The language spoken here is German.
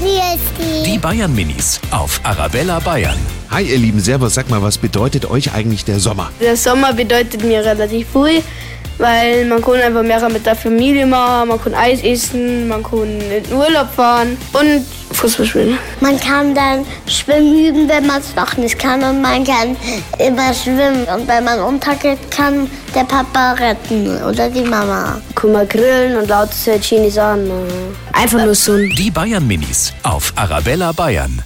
Hier ist Die Bayern Minis auf Arabella Bayern. Hi ihr Lieben, Servus, sag mal, was bedeutet euch eigentlich der Sommer? Der Sommer bedeutet mir relativ viel, weil man kann einfach mehr mit der Familie machen, man kann Eis essen, man kann in den Urlaub fahren und Fußball spielen. Man kann dann schwimmen üben, wenn man es noch nicht kann. Und man kann immer schwimmen. Und wenn man untergeht, kann der Papa retten oder die Mama. Kann man grillen und lauter schöne Sachen machen. Einfach nur so ein Die Bayern Minis auf Arabella Bayern.